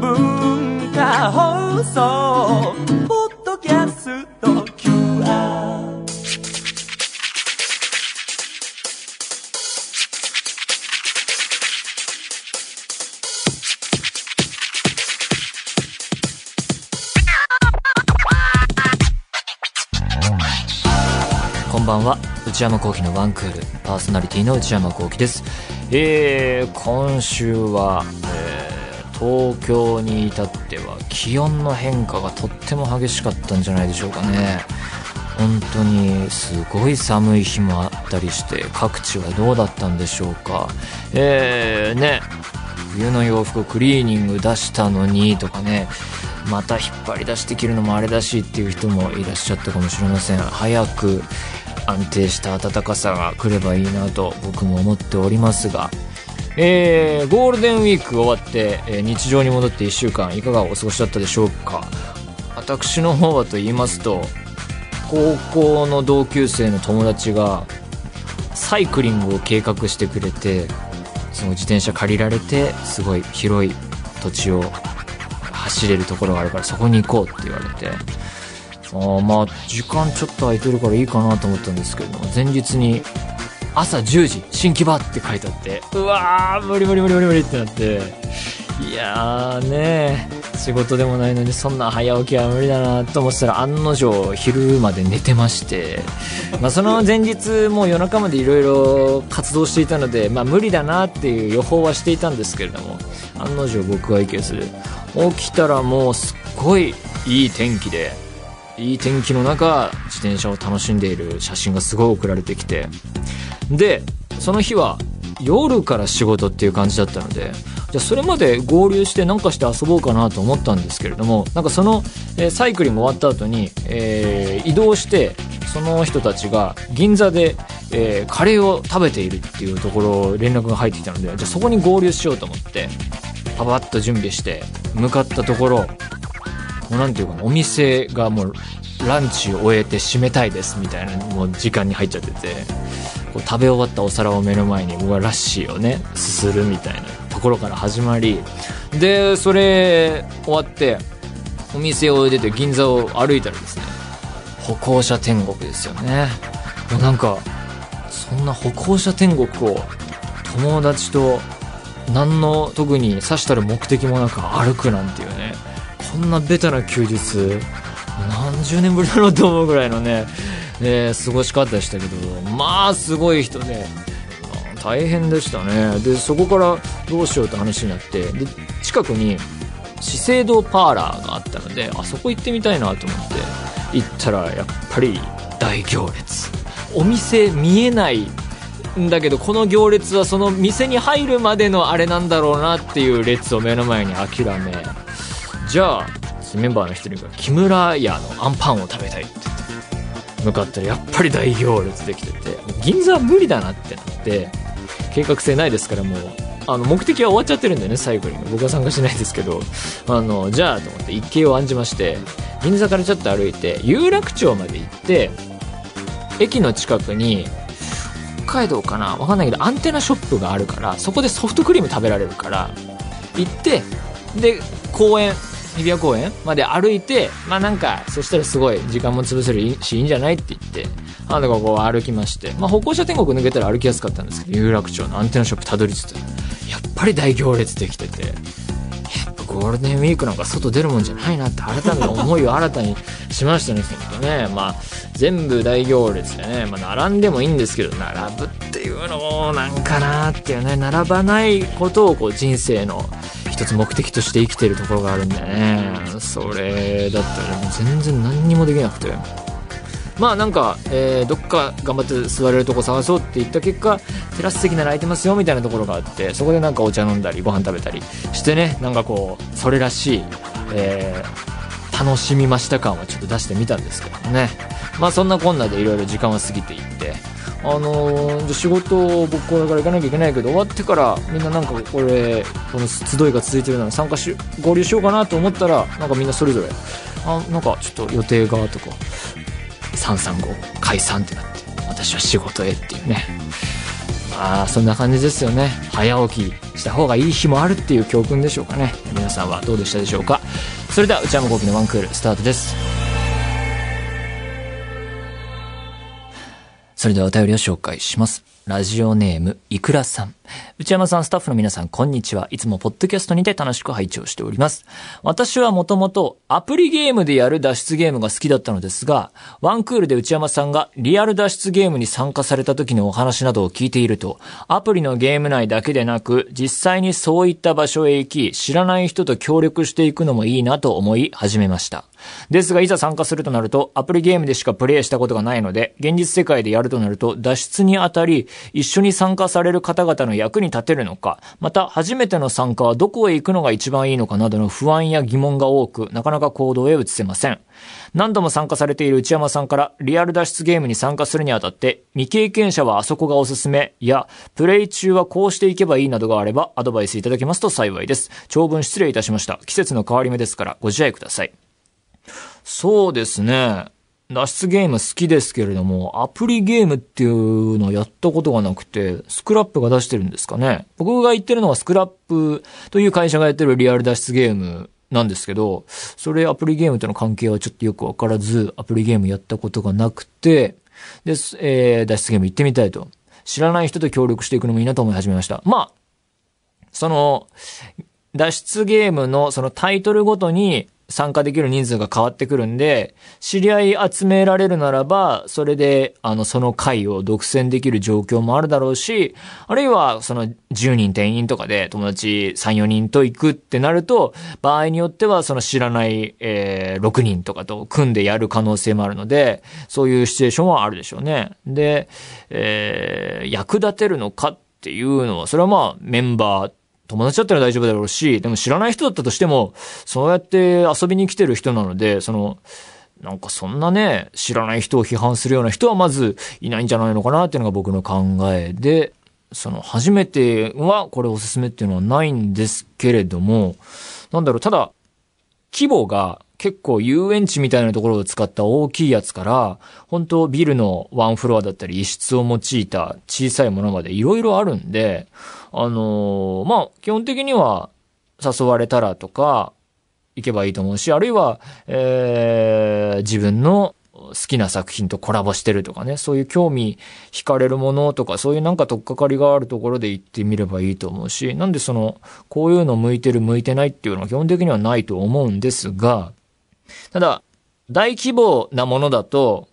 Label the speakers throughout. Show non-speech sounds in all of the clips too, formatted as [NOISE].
Speaker 1: 文化放送ポッドキャスト QR
Speaker 2: こんばんは内山幸輝のワンクールパーソナリティの内山幸輝です、えー、今週は、えー東京に至っては気温の変化がとっても激しかったんじゃないでしょうかね本当にすごい寒い日もあったりして各地はどうだったんでしょうかえー、ね冬の洋服クリーニング出したのにとかねまた引っ張り出して着るのもあれだしっていう人もいらっしゃったかもしれません早く安定した暖かさが来ればいいなと僕も思っておりますがえー、ゴールデンウィーク終わって、えー日常に戻って1週間いかがお過ごしだったでしょうか私の方はと言いますと高校の同級生の友達がサイクリングを計画してくれてその自転車借りられてすごい広い土地を走れるところがあるからそこに行こうって言われてあーまあ時間ちょっと空いてるからいいかなと思ったんですけども前日に朝10時新木場って書いてあってうわー無理無理無理無理無理ってなっていやーねー仕事でもないのにそんな早起きは無理だなと思ってたら案の定昼まで寝てまして、まあ、その前日もう夜中までいろいろ活動していたので、まあ、無理だなっていう予報はしていたんですけれども案の定僕はいけず起きたらもうすっごいいい天気でいい天気の中自転車を楽しんでいる写真がすごい送られてきてでその日は夜から仕事っていう感じだったのでじゃあそれまで合流して何かして遊ぼうかなと思ったんですけれどもなんかその、えーサイクリング終わった後に、えー移動してその人たちが銀座で、えーカレーを食べているっていうところ連絡が入ってきたのでじゃあそこに合流しようと思ってパパッと準備して向かったところもうなんていうかなお店がもうランチを終えて閉めたいですみたいなもう時間に入っちゃっててこう食べ終わったお皿を目の前に僕はラッシーをねすするみたいなところから始まりでそれ終わってお店を出て銀座を歩いたらですね歩行者天国ですよねもうなんかそんな歩行者天国を友達と何の特にさしたる目的もなく歩くなんていうねこんなベタな休日何十年ぶりだろうと思うぐらいのね、えー過ごし方でしたけどまあすごい人であー大変でしたねでそこからどうしようって話になってで近くに資生堂パーラーがあったのであそこ行ってみたいなと思って行ったらやっぱり大行列お店見えないんだけどこの行列はその店に入るまでのあれなんだろうなっていう列を目の前に諦めじゃあメンバーの一人が木村屋のアンパンを食べたいって言って向かったらやっぱり大行列できてて銀座は無理だなってなって計画性ないですからもうあの目的は終わっちゃってるんだよね最後に僕は参加しないですけどあのじゃあと思って一計を案じまして銀座からちょっと歩いて有楽町まで行って駅の近くに北海道かなわかんないけどアンテナショップがあるからそこでソフトクリーム食べられるから行ってで公園日比谷公園まで歩いてまあなんかそしたらすごい時間も潰せるしいいんじゃないって言ってあのここを歩きまして、まあ、歩行者天国抜けたら歩きやすかったんですけど有楽町のアンテナショップたどり着いたらやっぱり大行列できててやっぱゴールデンウィークなんか外出るもんじゃないなって改めて思いを新たにしましたね本当ね [LAUGHS] まあ全部大行列でね、まあ、並んでもいいんですけど並ぶっていうのもなんかなっていうね並ばないことをこう人生の一つ目的として生きてるところがあるんだよねそれだったらもう全然何にもできなくてまあなんか、えーどっか頑張って座れるとこ探そうって言った結果テラス席なら空いてますよみたいなところがあってそこでなんかお茶飲んだりご飯食べたりしてねなんかこうそれらしい、えー楽しみました感はちょっと出してみたんですけどねまあそんなこんなでいろいろ時間は過ぎていってあのーじゃあ仕事を僕これから行かなきゃいけないけど終わってからみんななんかこれこの集いが続いてるなら参加し合流しようかなと思ったらなんかみんなそれぞれあなんかちょっと予定がとか335解散ってなって私は仕事へっていうねまあそんな感じですよね早起きした方がいい日もあるっていう教訓でしょうかね皆さんはどうでしたでしょうかそれでは内山聖輝のワンクールスタートですそれではお便りを紹介します。ラジオネーム、いくらさん。内山さん、スタッフの皆さん、こんにちは。いつもポッドキャストにて楽しく拝聴しております。私はもともとアプリゲームでやる脱出ゲームが好きだったのですが、ワンクールで内山さんがリアル脱出ゲームに参加された時のお話などを聞いていると、アプリのゲーム内だけでなく、実際にそういった場所へ行き、知らない人と協力していくのもいいなと思い始めました。ですが、いざ参加するとなると、アプリゲームでしかプレイしたことがないので、現実世界でやるとなると、脱出にあたり、一緒に参加される方々の役に立てるのか、また、初めての参加はどこへ行くのが一番いいのかなどの不安や疑問が多く、なかなか行動へ移せません。何度も参加されている内山さんから、リアル脱出ゲームに参加するにあたって、未経験者はあそこがおすすめ、や、プレイ中はこうしていけばいいなどがあれば、アドバイスいただけますと幸いです。長文失礼いたしました。季節の変わり目ですから、ご自愛ください。そうですね。脱出ゲーム好きですけれども、アプリゲームっていうのをやったことがなくて、スクラップが出してるんですかね。僕が言ってるのはスクラップという会社がやってるリアル脱出ゲームなんですけど、それアプリゲームとの関係はちょっとよくわからず、アプリゲームやったことがなくて、で、すえー脱出ゲーム行ってみたいと。知らない人と協力していくのもいいなと思い始めました。まあ、その、脱出ゲームのそのタイトルごとに参加できる人数が変わってくるんで、知り合い集められるならば、それで、あの、その回を独占できる状況もあるだろうし、あるいは、その、10人店員とかで友達3、4人と行くってなると、場合によっては、その知らない、えー6人とかと組んでやる可能性もあるので、そういうシチュエーションはあるでしょうね。で、えー役立てるのかっていうのは、それはまあ、メンバー、友達だったら大丈夫だろうし、でも知らない人だったとしても、そうやって遊びに来てる人なので、その、なんかそんなね、知らない人を批判するような人はまずいないんじゃないのかなっていうのが僕の考えで、その、初めてはこれおすすめっていうのはないんですけれども、なんだろう、ただ、規模が結構遊園地みたいなところを使った大きいやつから、本当ビルのワンフロアだったり一室を用いた小さいものまでいろいろあるんで、あのーまあ、基本的には誘われたらとか、行けばいいと思うし、あるいは、えー自分の好きな作品とコラボしてるとかね、そういう興味惹かれるものとか、そういうなんか取っかかりがあるところで行ってみればいいと思うし、なんでその、こういうの向いてる向いてないっていうのは基本的にはないと思うんですが、ただ、大規模なものだと、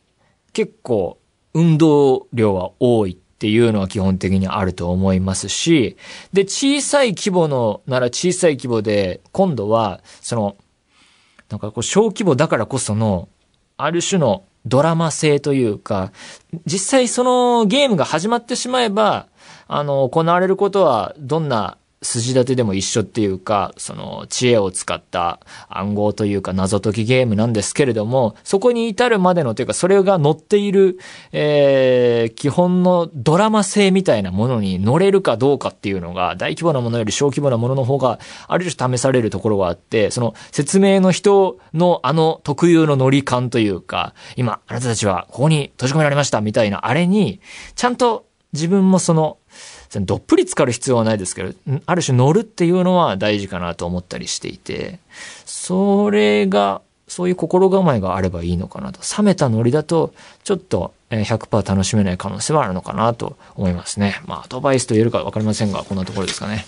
Speaker 2: 結構、運動量は多いっていうのは基本的にあると思いますし、で、小さい規模の、なら小さい規模で、今度は、その、なんかこう、小規模だからこその、ある種のドラマ性というか、実際そのゲームが始まってしまえば、あの、行われることはどんな筋立てでも一緒っていうか、その知恵を使った暗号というか謎解きゲームなんですけれども、そこに至るまでのというか、それが乗っている、えー、基本のドラマ性みたいなものに乗れるかどうかっていうのが、大規模なものより小規模なものの方が、ある種試されるところがあって、その説明の人のあの特有のノリ感というか、今、あなたたちはここに閉じ込められましたみたいなあれに、ちゃんと自分もその、そのどっぷり浸かる必要はないですけど、んある種乗るっていうのは大事かなと思ったりしていて、それが、そういう心構えがあればいいのかなと。冷めたノリだと、ちょっとえー100%楽しめない可能性はあるのかなと思いますね。まあ、アドバイスと言えるかわかりませんが、こんなところですかね。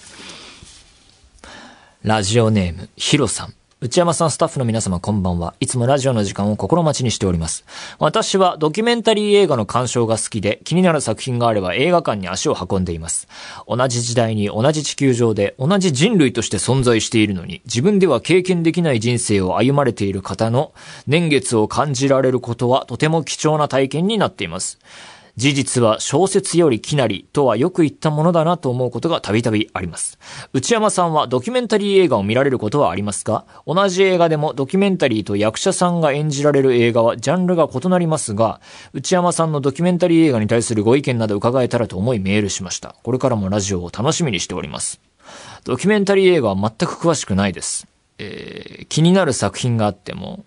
Speaker 2: ラジオネーム、ヒロさん。内山さん、スタッフの皆様、こんばんは。いつもラジオの時間を心待ちにしております。私はドキュメンタリー映画の鑑賞が好きで、気になる作品があれば映画館に足を運んでいます。同じ時代に同じ地球上で同じ人類として存在しているのに、自分では経験できない人生を歩まれている方の年月を感じられることはとても貴重な体験になっています。事実は小説よりきなりとはよく言ったものだなと思うことがたびたびあります。内山さんはドキュメンタリー映画を見られることはありますか同じ映画でもドキュメンタリーと役者さんが演じられる映画はジャンルが異なりますが、内山さんのドキュメンタリー映画に対するご意見など伺えたらと思いメールしました。これからもラジオを楽しみにしております。ドキュメンタリー映画は全く詳しくないです。えー気になる作品があっても、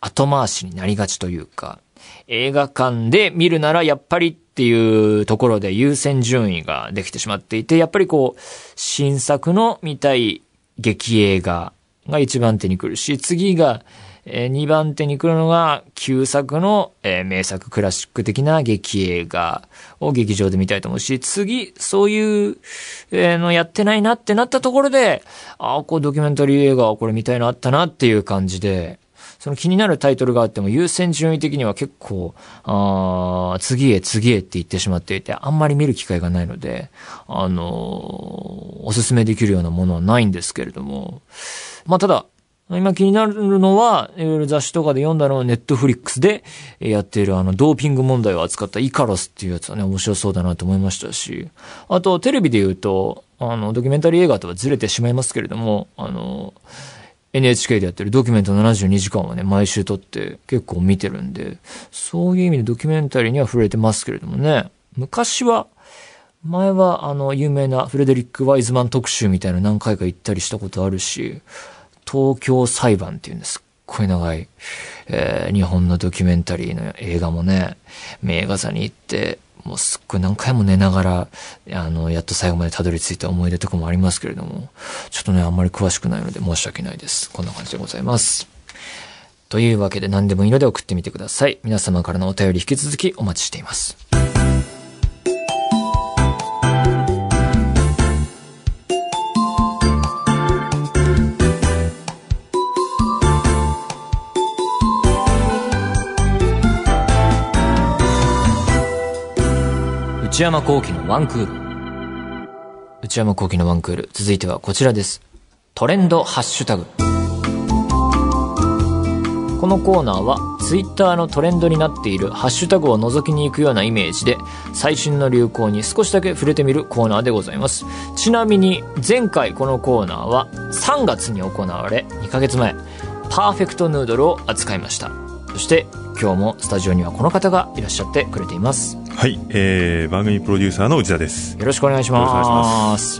Speaker 2: 後回しになりがちというか、映画館で見るならやっぱりっていうところで優先順位ができてしまっていて、やっぱりこう、新作の見たい劇映画が一番手に来るし、次が、えー二番手に来るのが、旧作の、えー名作クラシック的な劇映画を劇場で見たいと思うし、次、そういう、えーのやってないなってなったところで、ああ、こうドキュメンタリー映画、これ見たいのあったなっていう感じで、その気になるタイトルがあっても優先順位的には結構、あー次へ次へって言ってしまっていて、あんまり見る機会がないので、あのーおすすめできるようなものはないんですけれども。まあただ、今気になるのは、いろいろ雑誌とかで読んだのはネットフリックスでえーやっているあのドーピング問題を扱ったイカロスっていうやつはね、面白そうだなと思いましたし、あとテレビで言うと、あの、ドキュメンタリー映画とはずれてしまいますけれども、あの、NHK でやってるドキュメント72時間はね、毎週撮って結構見てるんで、そういう意味でドキュメンタリーには触れてますけれどもね、昔は、前はあの、有名なフレデリック・ワイズマン特集みたいな何回か行ったりしたことあるし、東京裁判っていうんですっごい長い、えー日本のドキュメンタリーの映画もね、名画座に行って、もうすっごい何回も寝ながら、あの、やっと最後までたどり着いた思い出とかもありますけれども、ちょっとね、あんまり詳しくないので申し訳ないです。こんな感じでございます。というわけで何でもいいので送ってみてください。皆様からのお便り引き続きお待ちしています。内山幸輝のワンクール。内山幸輝のワンクール。続いてはこちらです。トレンドハッシュタグ。このコーナーは、ツイッターのトレンドになっているハッシュタグを覗きに行くようなイメージで、最新の流行に少しだけ触れてみるコーナーでございます。ちなみに、前回このコーナーは、3月に行われ、2ヶ月前、パーフェクトヌードルを扱いました。そして、今日もスタジオにはこの方がいらっしゃってくれています。
Speaker 3: はい、えー、番組プロデューサーの内田です。
Speaker 2: よろしくお願いします。
Speaker 3: よろし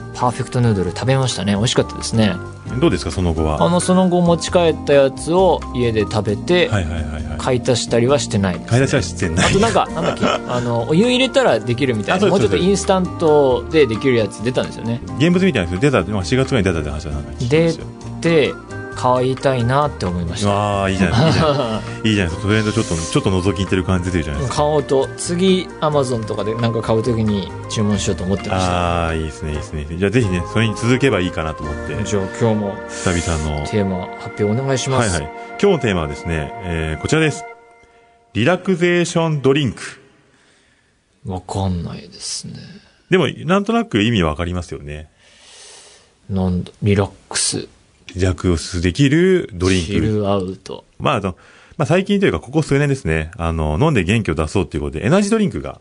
Speaker 3: くお願い
Speaker 2: パーフェクトヌードル食べましたね。美味しかったですね。
Speaker 3: どうですか、その後は。
Speaker 2: あ
Speaker 3: は
Speaker 2: の、その後持ち帰ったやつを家で食べて、
Speaker 3: いはいはいはい。
Speaker 2: 買い足したりはしてないです、ね。
Speaker 3: 買い出しはしてな
Speaker 2: あ
Speaker 3: い
Speaker 2: と。
Speaker 3: [LAUGHS]
Speaker 2: なんか、なんだっけ、あの、お湯入れたらできるみたい
Speaker 3: あ
Speaker 2: な、
Speaker 3: そう
Speaker 2: も
Speaker 3: で
Speaker 2: う
Speaker 3: す
Speaker 2: ちょっと
Speaker 3: そうです
Speaker 2: インスタントでできるやつ出たんですよね。
Speaker 3: 現物みたいなんですけど、出た、まあ、4月ぐらいに出たって話はなんか聞きま
Speaker 2: 出
Speaker 3: したよ。
Speaker 2: て、買いたいなって思いました。
Speaker 3: ああ、いいじゃないですか。
Speaker 2: [LAUGHS]
Speaker 3: いいじゃないですか。トレンドちょっと、ちょっと覗きに行ってる感じ出てるじゃないですか。
Speaker 2: 買おうと、次、アマゾンとかでなんか買うときに注文しようと思ってました。
Speaker 3: ああ、いいですね、いいですね。じゃあぜひね、それに続けばいいかなと思って、
Speaker 2: じゃあ今日も
Speaker 3: 久々の。
Speaker 2: テーマ発表お願いしま
Speaker 3: はい
Speaker 2: す。
Speaker 3: はい。今日のテーマはですね、えー、こちらです。リラクゼーションドリンク。
Speaker 2: わかんないですね。
Speaker 3: でも、なんとなく意味わかりますよね。
Speaker 2: なんだ、リラックス、
Speaker 3: リラクスできるドリン
Speaker 2: チ
Speaker 3: ク。
Speaker 2: ルアウト。
Speaker 3: まあ、あの、まあ最近というか、ここ数年ですね、あの、飲んで元気を出そうということで、エナジードリンクが、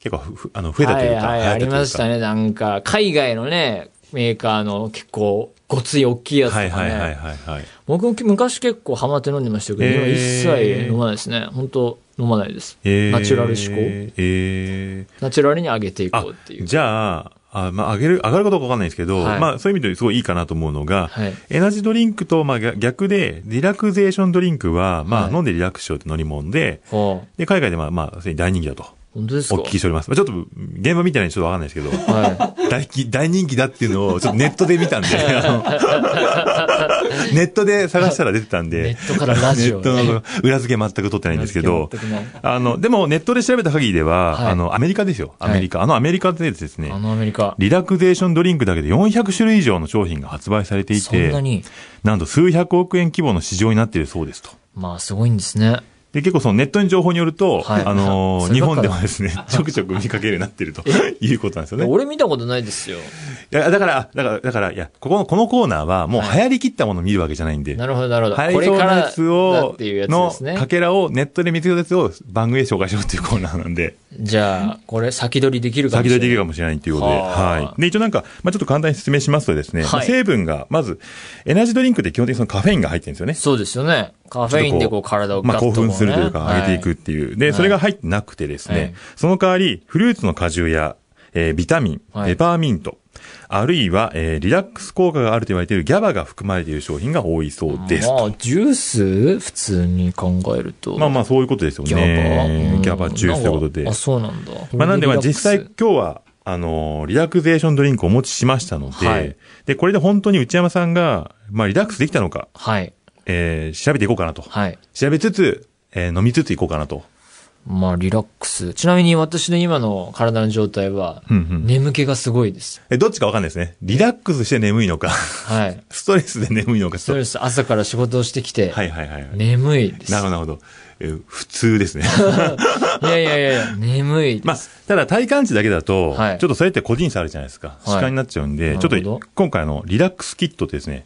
Speaker 3: 結構ふ、ふあの、増えたというか、
Speaker 2: はいはい、あり
Speaker 3: 流行ったというか
Speaker 2: ました。ね。なんか、海外のね、メーカーの結構、ごつい大きいやつとか
Speaker 3: は
Speaker 2: ね。
Speaker 3: いはいはいはいはい。
Speaker 2: 僕も昔結構ハマって飲んでましたけど、
Speaker 3: えー
Speaker 2: 今一切飲まないですね。本当飲まないです。
Speaker 3: えー
Speaker 2: ナチュラル思考。
Speaker 3: えー
Speaker 2: ナチュラルに上げていこ
Speaker 3: あ
Speaker 2: うっていう。
Speaker 3: じゃあ、あまあ、上げる、上がることはわかんないですけど、
Speaker 2: はい
Speaker 3: まあ、そういう意味ですごいいいかなと思うのが、
Speaker 2: はい
Speaker 3: エナジードリンクと、まあ、逆逆で、リラクゼーションドリンクは、まあ、
Speaker 2: はい
Speaker 3: 飲んでリラックスしようって乗り物で、
Speaker 2: はあ、
Speaker 3: で、海外でまあ、まあ、すでに大人気だと、
Speaker 2: 本当ですか
Speaker 3: お聞きしております。まあ、ちょっと、現場見てないんでちょっとわかんないですけど、
Speaker 2: は
Speaker 3: 大気大人気だっていうのを、ちょっとネットで見
Speaker 2: [LAUGHS]
Speaker 3: たんで、ネットで探したら出てたん
Speaker 2: い。ネ
Speaker 3: で、
Speaker 2: ットからラジオ、
Speaker 3: ネットの裏付け全く取ってないんですけど
Speaker 2: 裏付け全くな、
Speaker 3: あの、でもネットで調べた限りでは、
Speaker 2: はい
Speaker 3: あの、アメリカですよ。アメリカ。あのアメリカでですね
Speaker 2: あ、のアメリカ。
Speaker 3: リラクゼーションドリンクだけで400種類以上の商品が発売されてい
Speaker 2: そん
Speaker 3: て
Speaker 2: な、に、
Speaker 3: なんと数百億円規模の市場になっているそうですと。
Speaker 2: まあすごいんですね。
Speaker 3: で、結構そのネットの情報によると、
Speaker 2: はい
Speaker 3: あの
Speaker 2: そ
Speaker 3: ー、
Speaker 2: れ
Speaker 3: 日
Speaker 2: ばっか
Speaker 3: 本
Speaker 2: だ
Speaker 3: でもですね、ちょくちょく見かけるようになっているということなんですよね。
Speaker 2: 俺見たことないですよ。
Speaker 3: いや、だから、だから、だから、いや、ここの、このコーナーは、もう流行りきったものを見るわけじゃないんで。
Speaker 2: なるほど、なるほど。
Speaker 3: 流
Speaker 2: こ
Speaker 3: 行
Speaker 2: れ
Speaker 3: りそう
Speaker 2: か
Speaker 3: なや
Speaker 2: ら
Speaker 3: つ
Speaker 2: だ
Speaker 3: を
Speaker 2: っ、ていうやつで
Speaker 3: の
Speaker 2: す、ね
Speaker 3: か。けらをネットで見つけたやつを番組で紹介しようっていうコーナーなんで、
Speaker 2: じゃあ、これ先取りできるかも
Speaker 3: 先
Speaker 2: しれな
Speaker 3: 取りで
Speaker 2: い。
Speaker 3: きるかもしれないっていうことで、
Speaker 2: はあ
Speaker 3: はい。で、一応なんか、まあちょっと簡単に説明しますとですね、
Speaker 2: はい
Speaker 3: まあ成分が、まず、エナジードリンクって基本的にそのカフェインが入ってるんですよね。
Speaker 2: そうですよね。カフェインでこう体を
Speaker 3: ま
Speaker 2: ガ
Speaker 3: あ
Speaker 2: ッと
Speaker 3: 興
Speaker 2: こうね
Speaker 3: 奮するというか、上げていくっ
Speaker 2: は
Speaker 3: ていう。で、それが入ってなくてです
Speaker 2: はい
Speaker 3: ね、その代わり、フルーツの果汁や、えービタミン、
Speaker 2: はい
Speaker 3: ペパーミント、あるいは、えーリラックス効果があると言われているギャバが含まれている商品が多いそうです。
Speaker 2: まあ、ジュース普通に考えると。
Speaker 3: まあまあ、そういうことですよ
Speaker 2: ギャバ。う
Speaker 3: ね
Speaker 2: ん。
Speaker 3: ギャバ中ということで
Speaker 2: なんかあ、。そうなんだ。
Speaker 3: まあ、なんで、まあ、実際
Speaker 2: リラック
Speaker 3: 今日は、あのーリラクゼーションドリンクをお持ちしましたので、
Speaker 2: はい
Speaker 3: で、これで本当に内山さんが、まあ、リラックスできたのか、
Speaker 2: スはい。
Speaker 3: えー調べていこうかなと。
Speaker 2: はい。
Speaker 3: 調べつつ、えー飲みつついこうかなと。
Speaker 2: まあ、リラックス。ちなみに私の今の体の状態は、
Speaker 3: うんうん
Speaker 2: 眠気がすごいです。
Speaker 3: え、どっちかわかんないですね。リラックスして眠いのか、 [LAUGHS]
Speaker 2: はい。
Speaker 3: ストレスで眠いのか、
Speaker 2: そうです。朝から仕事をしてきて、
Speaker 3: はいはいはいはい。
Speaker 2: 眠いです。
Speaker 3: なるほど、なるほど。えー普通ですね。
Speaker 2: [LAUGHS] いやいやいやいや、眠い。
Speaker 3: [LAUGHS] まあ、ただ体感値だけだと、
Speaker 2: はい
Speaker 3: ちょっとそれって個人差あるじゃないですか。
Speaker 2: い
Speaker 3: 主観になっちゃうんで、
Speaker 2: な
Speaker 3: ち
Speaker 2: る
Speaker 3: ょ
Speaker 2: ほど
Speaker 3: っと今回あのリラックスキットってですね、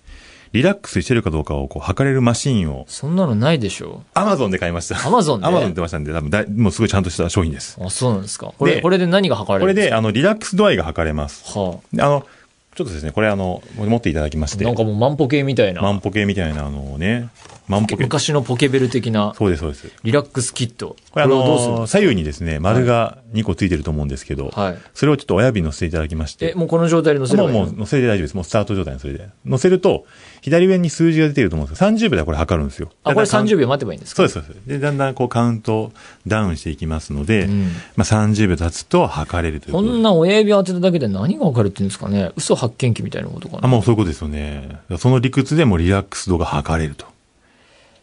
Speaker 3: リラックスしてるかどうかをこう測れるマシンを
Speaker 2: そんなのないでしょ
Speaker 3: アマゾンで買いました。
Speaker 2: アマゾンで
Speaker 3: アマゾン出ましたんで、多分だいもうすごいちゃんとした商品です。
Speaker 2: あ、そうなんですか。これ、
Speaker 3: で
Speaker 2: これで何が測
Speaker 3: こ
Speaker 2: れる
Speaker 3: れ
Speaker 2: んす
Speaker 3: で、あの、リラックス度合いが測れます。
Speaker 2: かは
Speaker 3: であの、ちょっとですね、これあの、持っていただきまし
Speaker 2: あ、
Speaker 3: て
Speaker 2: なん、かもう万歩計みたいな。
Speaker 3: 万歩計みたいなあのね、万歩計。
Speaker 2: 昔のポケベル的な
Speaker 3: そうです、そうです。
Speaker 2: リラックスキット。
Speaker 3: これあ
Speaker 2: をどうするんで
Speaker 3: の、
Speaker 2: す
Speaker 3: 左右にですね、丸が2個ついてると思うんですけど、
Speaker 2: はい
Speaker 3: それをちょっと親指に乗せていただきまし
Speaker 2: かえ、
Speaker 3: て、
Speaker 2: もうこの状態で乗せれ
Speaker 3: も
Speaker 2: ば
Speaker 3: う
Speaker 2: いいの
Speaker 3: もう乗せて大丈夫です。もうスタート状態にそれで。乗せると、左上に数字が出てると思うんですけど、30秒でこれ測るんですよ。
Speaker 2: あ、これ30
Speaker 3: 秒
Speaker 2: 秒待てばいいんですか
Speaker 3: そうです、そうです。で、だんだんこうカウントダウンしていきますので、
Speaker 2: ん
Speaker 3: まあ30秒経つと測れるという
Speaker 2: こ
Speaker 3: ことで
Speaker 2: んな親指当てただけで何が分かるって言うんですかね嘘発見器みたいなことか
Speaker 3: あ、
Speaker 2: な
Speaker 3: もうそういうことですよね。その理屈でもリラックス度が測
Speaker 2: [LAUGHS]
Speaker 3: れると。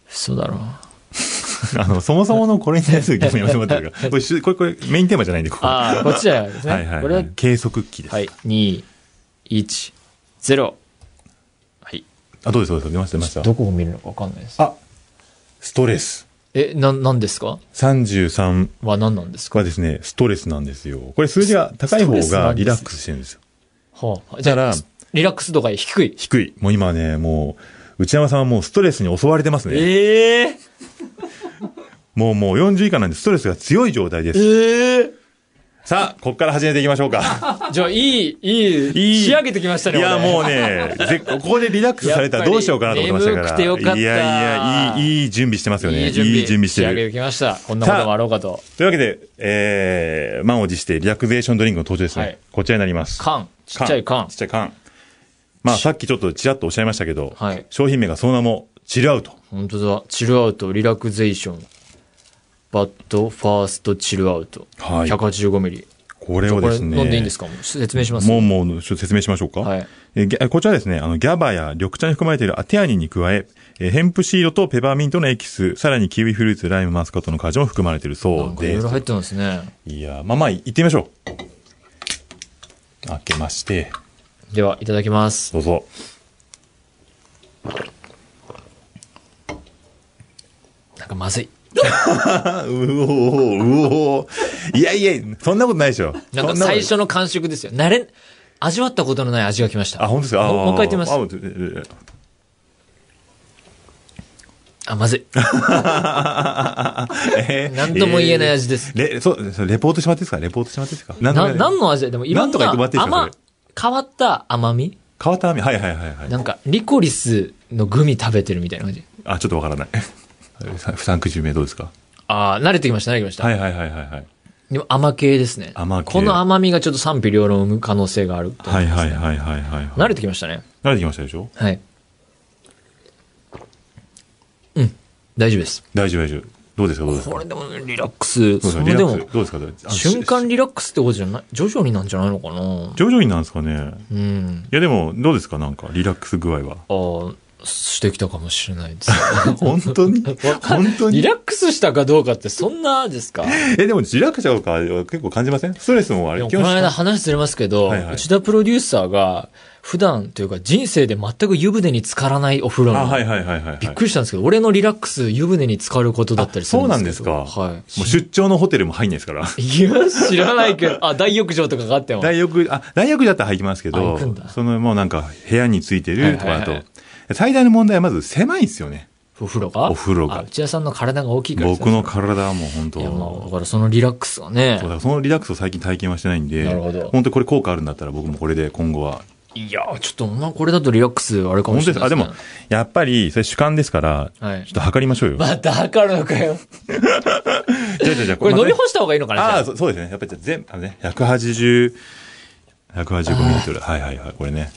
Speaker 2: 嘘だろ。
Speaker 3: あの、そもそものこれに対する疑問やめてもらってい
Speaker 2: [LAUGHS]
Speaker 3: いですかこれし、これ、これ、メインテーマじゃないんで、ここ。
Speaker 2: ああ、こっちだよですね。
Speaker 3: はいはい、
Speaker 2: こ
Speaker 3: は
Speaker 2: れ
Speaker 3: い。計測器です。
Speaker 2: はい、2、1、0。はい。
Speaker 3: あ、どうです、どうです、出ました、出ました。
Speaker 2: どこを見るのか分かんないです。
Speaker 3: あ、ストレス。
Speaker 2: え、な、何ですか
Speaker 3: 33
Speaker 2: は何なんですか
Speaker 3: はですね、ストレスなんですよ。これ数字が高い方
Speaker 2: ストレスな
Speaker 3: が
Speaker 2: んですね
Speaker 3: リラックスしてるんですよ。
Speaker 2: はあ、じゃあ
Speaker 3: だから
Speaker 2: リラックス度が低い。
Speaker 3: 低い。もう今ね、もう、内山さんはもうストレスに襲われてますね。
Speaker 2: ええ
Speaker 3: もうもう40以下なんでストレスが強い状態です。
Speaker 2: ええ
Speaker 3: さあ、ここから始めていきましょ
Speaker 2: [LAUGHS]
Speaker 3: うか。
Speaker 2: じゃあ、いい、いい、
Speaker 3: いい
Speaker 2: 仕上げてきましたね。
Speaker 3: いや、
Speaker 2: 俺
Speaker 3: もうね、ぜここでリラックスされたらどうしようかなと思ってましたから。
Speaker 2: やっぱり眠くてよかった
Speaker 3: いやいや、いい、いい準備してますよね。
Speaker 2: いい準備。
Speaker 3: し
Speaker 2: 仕
Speaker 3: て
Speaker 2: 上げ
Speaker 3: る。
Speaker 2: てきました。こんなこともあろうかと。
Speaker 3: というわけで、えー、満を持してリラクゼーションドリンクの登場ですね。
Speaker 2: はい
Speaker 3: こちらになります。
Speaker 2: 缶。ちっちゃい缶
Speaker 3: ちっ。ちゃい缶。まあ、さっきちょっとちらっとおっしゃいましたけど、
Speaker 2: はい
Speaker 3: 商品名がその名も、チルアウト。
Speaker 2: 本当だ。チルアウト、リラクゼーション。バッド、ファースト、チルアウト。
Speaker 3: はい
Speaker 2: 185ミリ。
Speaker 3: これ
Speaker 2: こ
Speaker 3: をで
Speaker 2: れ
Speaker 3: すね。
Speaker 2: 飲んでいいんですかもう説明します。
Speaker 3: もうもう、ちょっと説明しましょうか。
Speaker 2: はい
Speaker 3: えーギャこちらですね、あの、ギャバや緑茶に含まれているアテアニンに加え、えーヘンプシードとペパーミントのエキス、さらにキウイフルーツ、ライム、マスカットの果汁も含まれている
Speaker 2: な
Speaker 3: そ
Speaker 2: ん
Speaker 3: う
Speaker 2: かい
Speaker 3: で
Speaker 2: ろい
Speaker 3: す
Speaker 2: ろ。入ってますね。
Speaker 3: いやー、まあまあ、行ってみましょう。開けまして、
Speaker 2: では、いただきます。
Speaker 3: どうぞ。
Speaker 2: なんかまずい。
Speaker 3: あうおーうおーいやいや、そんなことないでしょ。
Speaker 2: なん
Speaker 3: そ
Speaker 2: か
Speaker 3: んなこと
Speaker 2: 最初の感触ですよ。慣れ、味わったことのない味が来ました。
Speaker 3: あ、本当ですかあー
Speaker 2: もうもう一回言ってみます
Speaker 3: あう
Speaker 2: あ、まずい。
Speaker 3: えー
Speaker 2: なんとも言えない味です
Speaker 3: えーレ、そう、そうレポートしまっていいですかレポートしまっていいですかな [LAUGHS]
Speaker 2: な、何の味だでもいろん
Speaker 3: なんとか
Speaker 2: な
Speaker 3: 言ってもらっていいです
Speaker 2: 甘
Speaker 3: かそ、
Speaker 2: 変わった甘み
Speaker 3: 変わった網はいはいはいはい。
Speaker 2: なんか、リコリスのグミ食べてるみたいな感じ。
Speaker 3: あ、ちょっとわからない。 [LAUGHS] 不三九十名どうですか
Speaker 2: ああ、慣れてきました、慣れてきました。
Speaker 3: はいはいはいはいはい。
Speaker 2: でも甘系ですね。
Speaker 3: 甘系
Speaker 2: この甘みがちょっと賛否両論を生む可能性があると思
Speaker 3: はいい
Speaker 2: ます、
Speaker 3: はい
Speaker 2: ね。
Speaker 3: はいはいはいはい。
Speaker 2: 慣れてきましたね。
Speaker 3: 慣れてきましたでしょ
Speaker 2: はい。うん。大丈夫です。
Speaker 3: 大丈夫大丈夫。どうですかどうですか
Speaker 2: これでもリラックス。
Speaker 3: どうです
Speaker 2: そ
Speaker 3: か
Speaker 2: の
Speaker 3: リラ
Speaker 2: で
Speaker 3: ッ
Speaker 2: も
Speaker 3: クス、どうですかどうですかあの
Speaker 2: 瞬間
Speaker 3: し
Speaker 2: リラックスってことじゃない、徐々になんじゃないのかな
Speaker 3: 徐々になんですかね。
Speaker 2: うん。
Speaker 3: いやでも、どうですかなんか、リラックス具合
Speaker 2: [LAUGHS]
Speaker 3: は。
Speaker 2: ああ、してきたかもしれないです。
Speaker 3: 本当に本当
Speaker 2: リ
Speaker 3: に
Speaker 2: ラックスしたかどうかってそんなですか
Speaker 3: え、でも、リラックスしたことか結構感じませんストレスもあ
Speaker 2: で
Speaker 3: れ、
Speaker 2: も
Speaker 3: 基
Speaker 2: こ
Speaker 3: 本
Speaker 2: の間話ずれますけど、
Speaker 3: はいはい
Speaker 2: 内田プロデューサーが普段というか人生で全く湯船に浸からないお風呂
Speaker 3: あ、
Speaker 2: の
Speaker 3: はいはいはいはいはい。
Speaker 2: びっくりしたんですけど、俺のリラックス、湯船に浸かることだったりする
Speaker 3: そうなんん
Speaker 2: で
Speaker 3: ですす
Speaker 2: けど。
Speaker 3: か。
Speaker 2: は
Speaker 3: もう出張のホテルも入んないですから。
Speaker 2: い。いや、知らないけど、あ、大浴場とかがあっても。
Speaker 3: 大浴、あ、大浴だったら入りますけ
Speaker 2: あ
Speaker 3: ど
Speaker 2: 行くんだ、
Speaker 3: そのもうなんか部屋についてるとかだ
Speaker 2: はいはい
Speaker 3: と、最大の問題はまず狭いんですよね。
Speaker 2: お風呂が
Speaker 3: お風呂が
Speaker 2: あ内田さんの体が大きいからです
Speaker 3: 僕
Speaker 2: ね
Speaker 3: の体はもう本当
Speaker 2: いや、まあ、だからそのリラックスがね
Speaker 3: そうだ。からそのリラックスを最近体験はしてないんで、
Speaker 2: なるほど
Speaker 3: 本当にこれ効果あるんだったら僕もこれで今後は。
Speaker 2: いや、ちょっと、まあ、これだとリラックス、あれかも
Speaker 3: 本
Speaker 2: し
Speaker 3: 当で
Speaker 2: れないで、
Speaker 3: すか。あ、です
Speaker 2: ね。
Speaker 3: も、やっぱり、それ主観ですから、
Speaker 2: はい
Speaker 3: ちょっと測りま
Speaker 2: [LAUGHS]
Speaker 3: しょうよ。
Speaker 2: また測るのかよ。
Speaker 3: じゃあじゃあじゃあ
Speaker 2: これ飲み干
Speaker 3: し
Speaker 2: した方がいいのかなじゃ
Speaker 3: あ
Speaker 2: あ
Speaker 3: あー、そうそうですね。やっぱりじゃあ全、あのね、180、え 185ml。はいはいはい。これね。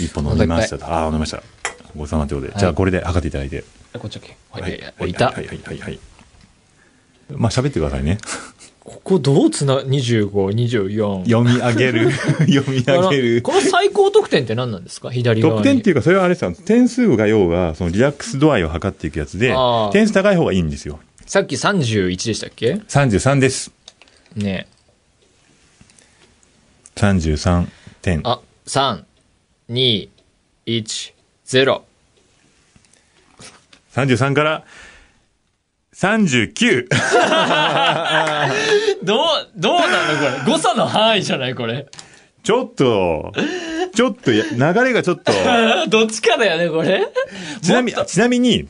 Speaker 3: 一本飲みましたと。ああー、飲みました。ごちそうさまということで。
Speaker 2: はい
Speaker 3: じゃあ、これで測っていただいて。
Speaker 4: あこっちだっけはい
Speaker 3: はい
Speaker 4: やいや
Speaker 2: いた
Speaker 3: はいはいはいはい。まあ、喋ってくださ
Speaker 2: [LAUGHS]
Speaker 3: いね。
Speaker 2: ここどうつな、25、24。
Speaker 3: 読み上げ
Speaker 2: [LAUGHS]
Speaker 3: る。読み上げる
Speaker 2: こ。の最高得点って何なんですか左側
Speaker 3: 得
Speaker 2: に。
Speaker 3: 点っていうか、それはあれさ、点数が要は、そのリラックス度合いを測っていくやつで
Speaker 2: あー、
Speaker 3: 点数高い方がいいんですよ。
Speaker 2: さっき31でしたっけ
Speaker 3: 33です。
Speaker 2: ね
Speaker 3: 33点。
Speaker 2: あ、3、2、1、0。
Speaker 3: 33から、39!
Speaker 2: どう、どうなの [LAUGHS] これ。誤差の範囲じゃないこれ。
Speaker 3: [LAUGHS]
Speaker 2: [LAUGHS]
Speaker 3: ちょっと、ちょっとや、流れが
Speaker 2: [LAUGHS]
Speaker 3: ちょっと、
Speaker 2: どっちかだよね、これ。
Speaker 3: ちなみに、ちなみに、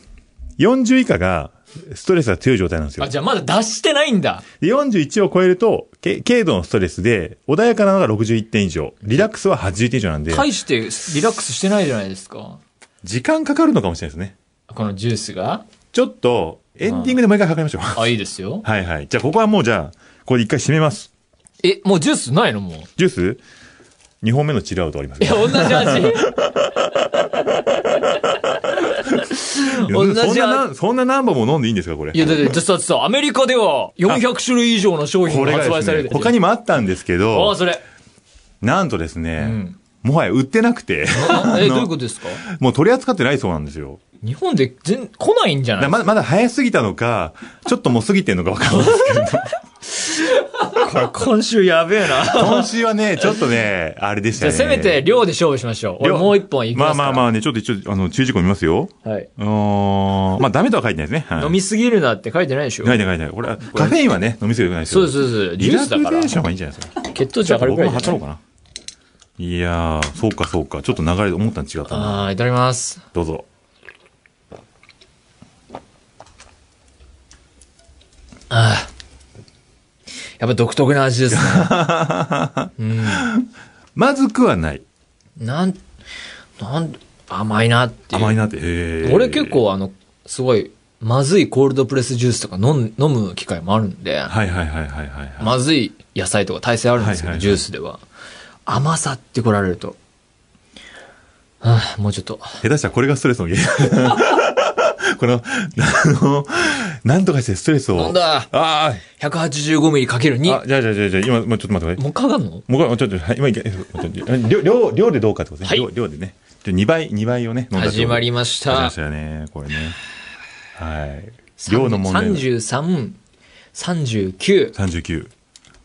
Speaker 3: 40以下が、ストレスが強い状態なんですよ
Speaker 2: あ、。じゃあまだ脱してないんだ。
Speaker 3: で41を超えると、け軽度のストレスで、穏やかなのが61点以上、リラックスは80点以上なんで、
Speaker 2: 大してリラックスしてないじゃないですか。
Speaker 3: 時間かかるのかもしれないですね。
Speaker 2: このジュースが。
Speaker 3: ちょっと、エンディングでもう一回測りましょう。
Speaker 2: あ、いいですよ。
Speaker 3: はいはい。じゃあ、ここはもうじゃあ、これ一回締めます。
Speaker 2: え、もうジュースないのもう。
Speaker 3: ジュース ?2 本目のチルアウトあります
Speaker 2: い
Speaker 3: ね
Speaker 2: や、同じ [LAUGHS] 味。同じ
Speaker 3: そんなな、そんな何本も飲んでいいんですか、これ。
Speaker 2: いや、だって、だってさ、アメリカでは400種類以上の商
Speaker 3: こ
Speaker 2: 品
Speaker 3: れ
Speaker 2: が
Speaker 3: が
Speaker 2: 発売さ
Speaker 3: で
Speaker 2: れ
Speaker 3: す
Speaker 2: る
Speaker 3: ね、。他にもあったんですけ
Speaker 2: ああ、
Speaker 3: ど、
Speaker 2: それ。
Speaker 3: なんとですね、
Speaker 2: ん
Speaker 3: もはや売ってな
Speaker 2: [LAUGHS]
Speaker 3: くて、
Speaker 2: あえ、どういうことですか
Speaker 3: もう取り扱ってないそうなんですよ。
Speaker 2: 日本で全、来ないんじゃ
Speaker 3: だ
Speaker 2: な
Speaker 3: か
Speaker 2: い
Speaker 3: らまだまだ早すぎたのか、ちょっともう過ぎてんのかわかんないですけど。
Speaker 2: [LAUGHS] 今週やべえな。
Speaker 3: 今週
Speaker 2: [LAUGHS]
Speaker 3: はね、ちょっとね、あれでし
Speaker 2: じ
Speaker 3: た
Speaker 2: ゃあ、
Speaker 3: ね。
Speaker 2: せめて量で勝負しましょう。俺
Speaker 3: 量
Speaker 2: もう一本いき
Speaker 3: ま
Speaker 2: ま
Speaker 3: あ
Speaker 2: す
Speaker 3: ま
Speaker 2: から。
Speaker 3: あまあね、ちょっと一応、あの、注意事項見ますよ。
Speaker 2: あ。はい。
Speaker 3: うーんまあ、ダメとは書いてないですね。はい
Speaker 2: 飲みすぎるなって書いてないでしょ
Speaker 3: 書いてない書いてない。これは、カフェインはね、飲みすぎてないです
Speaker 2: そ
Speaker 3: よ。
Speaker 2: うです、そうです。ジ
Speaker 3: リ
Speaker 2: ュー
Speaker 3: ラ
Speaker 2: スだ
Speaker 3: ク
Speaker 2: か
Speaker 3: ゼ
Speaker 2: ら
Speaker 3: ー。ションがいいんじゃないですか。
Speaker 2: 血糖値
Speaker 3: ちょ
Speaker 2: 上が
Speaker 3: っと
Speaker 2: る
Speaker 3: 僕
Speaker 2: ぐら
Speaker 3: も
Speaker 2: いだ
Speaker 3: 測ろう
Speaker 2: よ。
Speaker 3: かな。いやー、そうかそうか。ちょっと流れで思ったの違ったな。
Speaker 2: ああ、いただきます。
Speaker 3: どうぞ。
Speaker 2: ああ。やっぱ独特な味ですね。
Speaker 3: まずくはない。
Speaker 2: なん、なん、甘いなっていう。
Speaker 3: 甘いなって。へー
Speaker 2: 俺結。構あの、すごい、まずいコールドプレスジュースとか飲む飲む機会もあるんで、
Speaker 3: はいはいはいはいはいはい。
Speaker 2: まずい野菜とか体勢あるんですけど、
Speaker 3: はいはいはい
Speaker 2: ジュースでは。甘さって来られると。はあ、もうちょっと。
Speaker 3: 下手したらこれがストレスの原因。
Speaker 2: [LAUGHS]
Speaker 3: この、あの、なんとかしてストレスを。
Speaker 2: 飲んだ
Speaker 3: あー
Speaker 2: 185ml×2。
Speaker 3: あ、じゃあじゃあじゃあじゃあ今、もうちょっと待ってください。
Speaker 2: もうかがんの
Speaker 3: もう一回、ちょっと、はい、今いけ、待って待って量、量量でどうかってことですね。
Speaker 2: は
Speaker 3: 量量でね。ちょ2倍、二倍をね、飲んだ
Speaker 2: 始まりました
Speaker 3: 始まりましたよね、これね。はい。量の問題。
Speaker 2: 33、39。
Speaker 3: 39。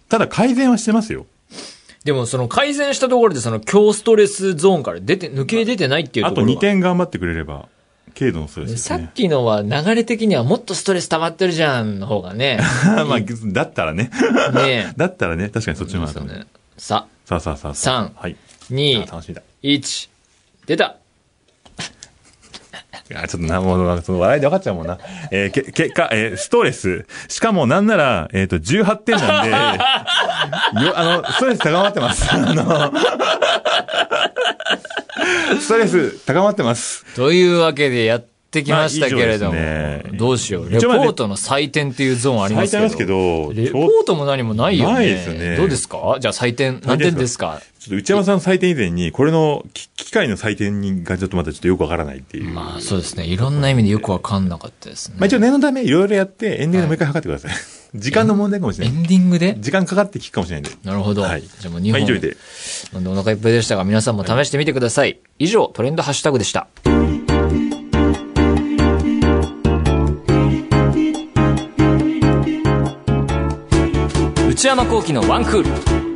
Speaker 3: ただ改善はしてますよ。
Speaker 2: でもその改善したところでその強ストレスゾーンから出て、抜け出てないっていう
Speaker 3: あ
Speaker 2: とことろが
Speaker 3: 2点頑張ってくれれば、軽度のストレスです
Speaker 2: さ
Speaker 3: ね
Speaker 2: っ。きのは流れ的にはもっとストレス溜まってるじゃんの方が
Speaker 3: [LAUGHS]
Speaker 2: ね。
Speaker 3: まあ、だったらね。 [LAUGHS]
Speaker 2: ね
Speaker 3: だったらね、確かにそっちの方が、
Speaker 2: え。
Speaker 3: ね、
Speaker 2: ねさ、
Speaker 3: さあさあさあ
Speaker 2: 三
Speaker 3: はい。あ
Speaker 2: 2、
Speaker 3: 楽しみだ。
Speaker 2: 1、出た
Speaker 3: いや、ちょっとな、もう、その笑いで分かっちゃうもんな。えーけ、結果、えーストレス。しかも、なんなら、えっ、と、18点なんで、よ、あの、ストレス高まってます。 [LAUGHS] あの、ストレス高まってます。
Speaker 2: というわけでやってきましたけれども、
Speaker 3: まあ以上ですね
Speaker 2: どうしよう。レ
Speaker 3: 一
Speaker 2: ポ
Speaker 3: 応まあ
Speaker 2: ートの採点っていうゾーンありますけど。
Speaker 3: 採点ありますけど
Speaker 2: レポートも何もないよね。
Speaker 3: ないですね
Speaker 2: どうですかじゃあ採点、何点ですか
Speaker 3: ちょっと内山さんの採点以前に、これのき機械の採点にがちょっとまたちょっとよくわからないっていう。
Speaker 2: まあそうですね。いろんな意味でよくわかんなかったですね。
Speaker 3: まあ一応念のためいろいろやってエンディングでもう一回測ってください。時間の問題かもしれ
Speaker 2: エ
Speaker 3: ない。
Speaker 2: ンディングで
Speaker 3: 時間かかって聞くかもしれないんで。
Speaker 2: なるほど。
Speaker 3: はい
Speaker 2: じゃあもう
Speaker 3: まあ
Speaker 2: 2
Speaker 3: 以上
Speaker 2: 本
Speaker 3: で。
Speaker 2: 飲んでお腹いっぱいでしたが、皆さんも試してみてください。以上、トレンドハッシュタグでした。内山幸輝のワンクール。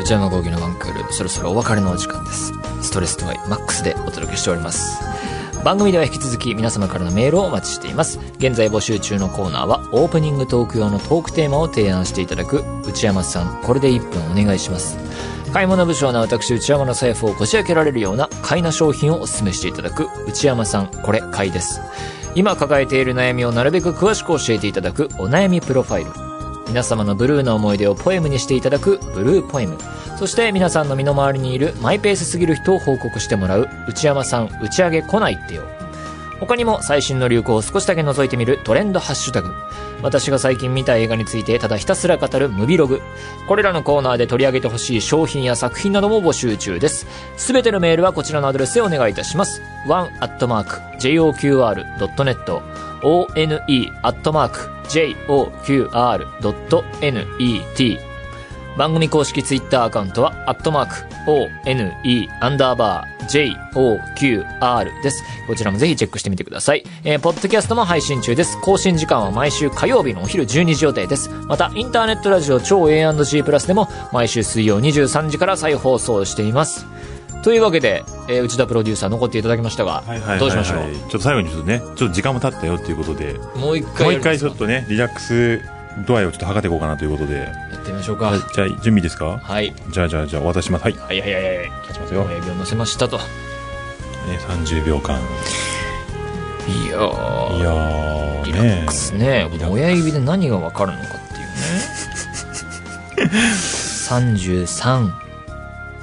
Speaker 2: 内山幸輝のワンクール、そろそろお別れのお時間です。ストレス度合いマックスでお届けしております。番組では引き続き皆様からのメールをお待ちしています。現在募集中のコーナーはオープニングトーク用のトークテーマを提案していただく内山さん、これで1分お願いします。買い物不詳な私内山の財布をこじ開けられるような買いな商品をお勧めしていただく内山さん、これ買いです。今抱えている悩みをなるべく詳しく教えていただくお悩みプロファイル。皆様のブルーの思い出をポエムにしていただくブルーポエム。そして皆さんの身の回りにいるマイペースすぎる人を報告してもらう内山さん打ち上げ来ないってよ。他にも最新の流行を少しだけ覗いてみるトレンドハッシュタグ。私が最近見た映画についてただひたすら語るムビログ。これらのコーナーで取り上げてほしい商品や作品なども募集中です。すべてのメールはこちらのアドレスでお願いいたします。one.joqr.net one.joqr.net 番組公式ツイッターアカウントは、アットマーク、ONE、アンダーバー、JOQR です。こちらもぜひチェックしてみてください。えー、ポッドキャストも配信中です。更新時間は毎週火曜日のお昼12時予定です。また、インターネットラジオ超 A&G プラスでも、毎週水曜23時から再放送しています。というわけで、えー内田プロデューサー残っていただきましたが、どうしましょ
Speaker 3: はいはいはいちょっと最後にちょっとね、ちょっと時間も経ったよっていうことで、
Speaker 2: う。もう一
Speaker 3: も
Speaker 2: 回やるんで
Speaker 3: う一回
Speaker 2: す
Speaker 3: ち
Speaker 2: か
Speaker 3: ょっとね、リラックス度合いをちょっと測っていこうかなということで。
Speaker 2: やってみましょうか。
Speaker 3: じゃあ、準備ですか
Speaker 2: はい。
Speaker 3: じゃあ、じゃあ、じゃあ、お渡しします。はい。
Speaker 2: はいはいはいはい。
Speaker 3: 立ちますよ。ね、
Speaker 2: 親指を乗せましたと。
Speaker 3: 30秒間。
Speaker 2: いやー。
Speaker 3: いやー、ね
Speaker 2: リラックスね
Speaker 3: リラックス
Speaker 2: 親指で何が分かるのかっていうね [LAUGHS]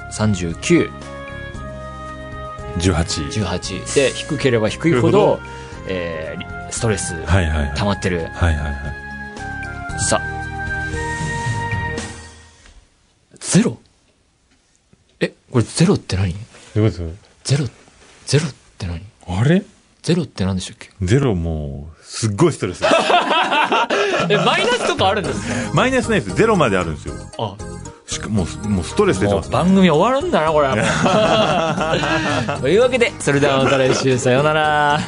Speaker 2: 333918
Speaker 3: 18。
Speaker 2: で低ければ低いほ
Speaker 3: なる
Speaker 2: ど
Speaker 3: ほど、
Speaker 2: えーリストレス
Speaker 3: はいはいはい。
Speaker 2: 溜まってる
Speaker 3: はいはいはい。
Speaker 2: さゼロえこれゼロって何
Speaker 3: どういうこ
Speaker 2: ゼロゼロって何
Speaker 3: とあれ
Speaker 2: ゼロって何でしたっけ
Speaker 3: ゼロもう、すっごいス
Speaker 2: [LAUGHS]
Speaker 3: トレス。
Speaker 2: えマイナスとかあるんですね
Speaker 3: マイナスないです。ゼロまであるんですよ。
Speaker 2: あ
Speaker 3: しかもう、もうストレス出て
Speaker 2: もう
Speaker 3: ます。
Speaker 2: 番組終わるんだな、こ
Speaker 3: [LAUGHS]
Speaker 2: れは [LAUGHS] もう。というわけで、それではまた来週、さようなら。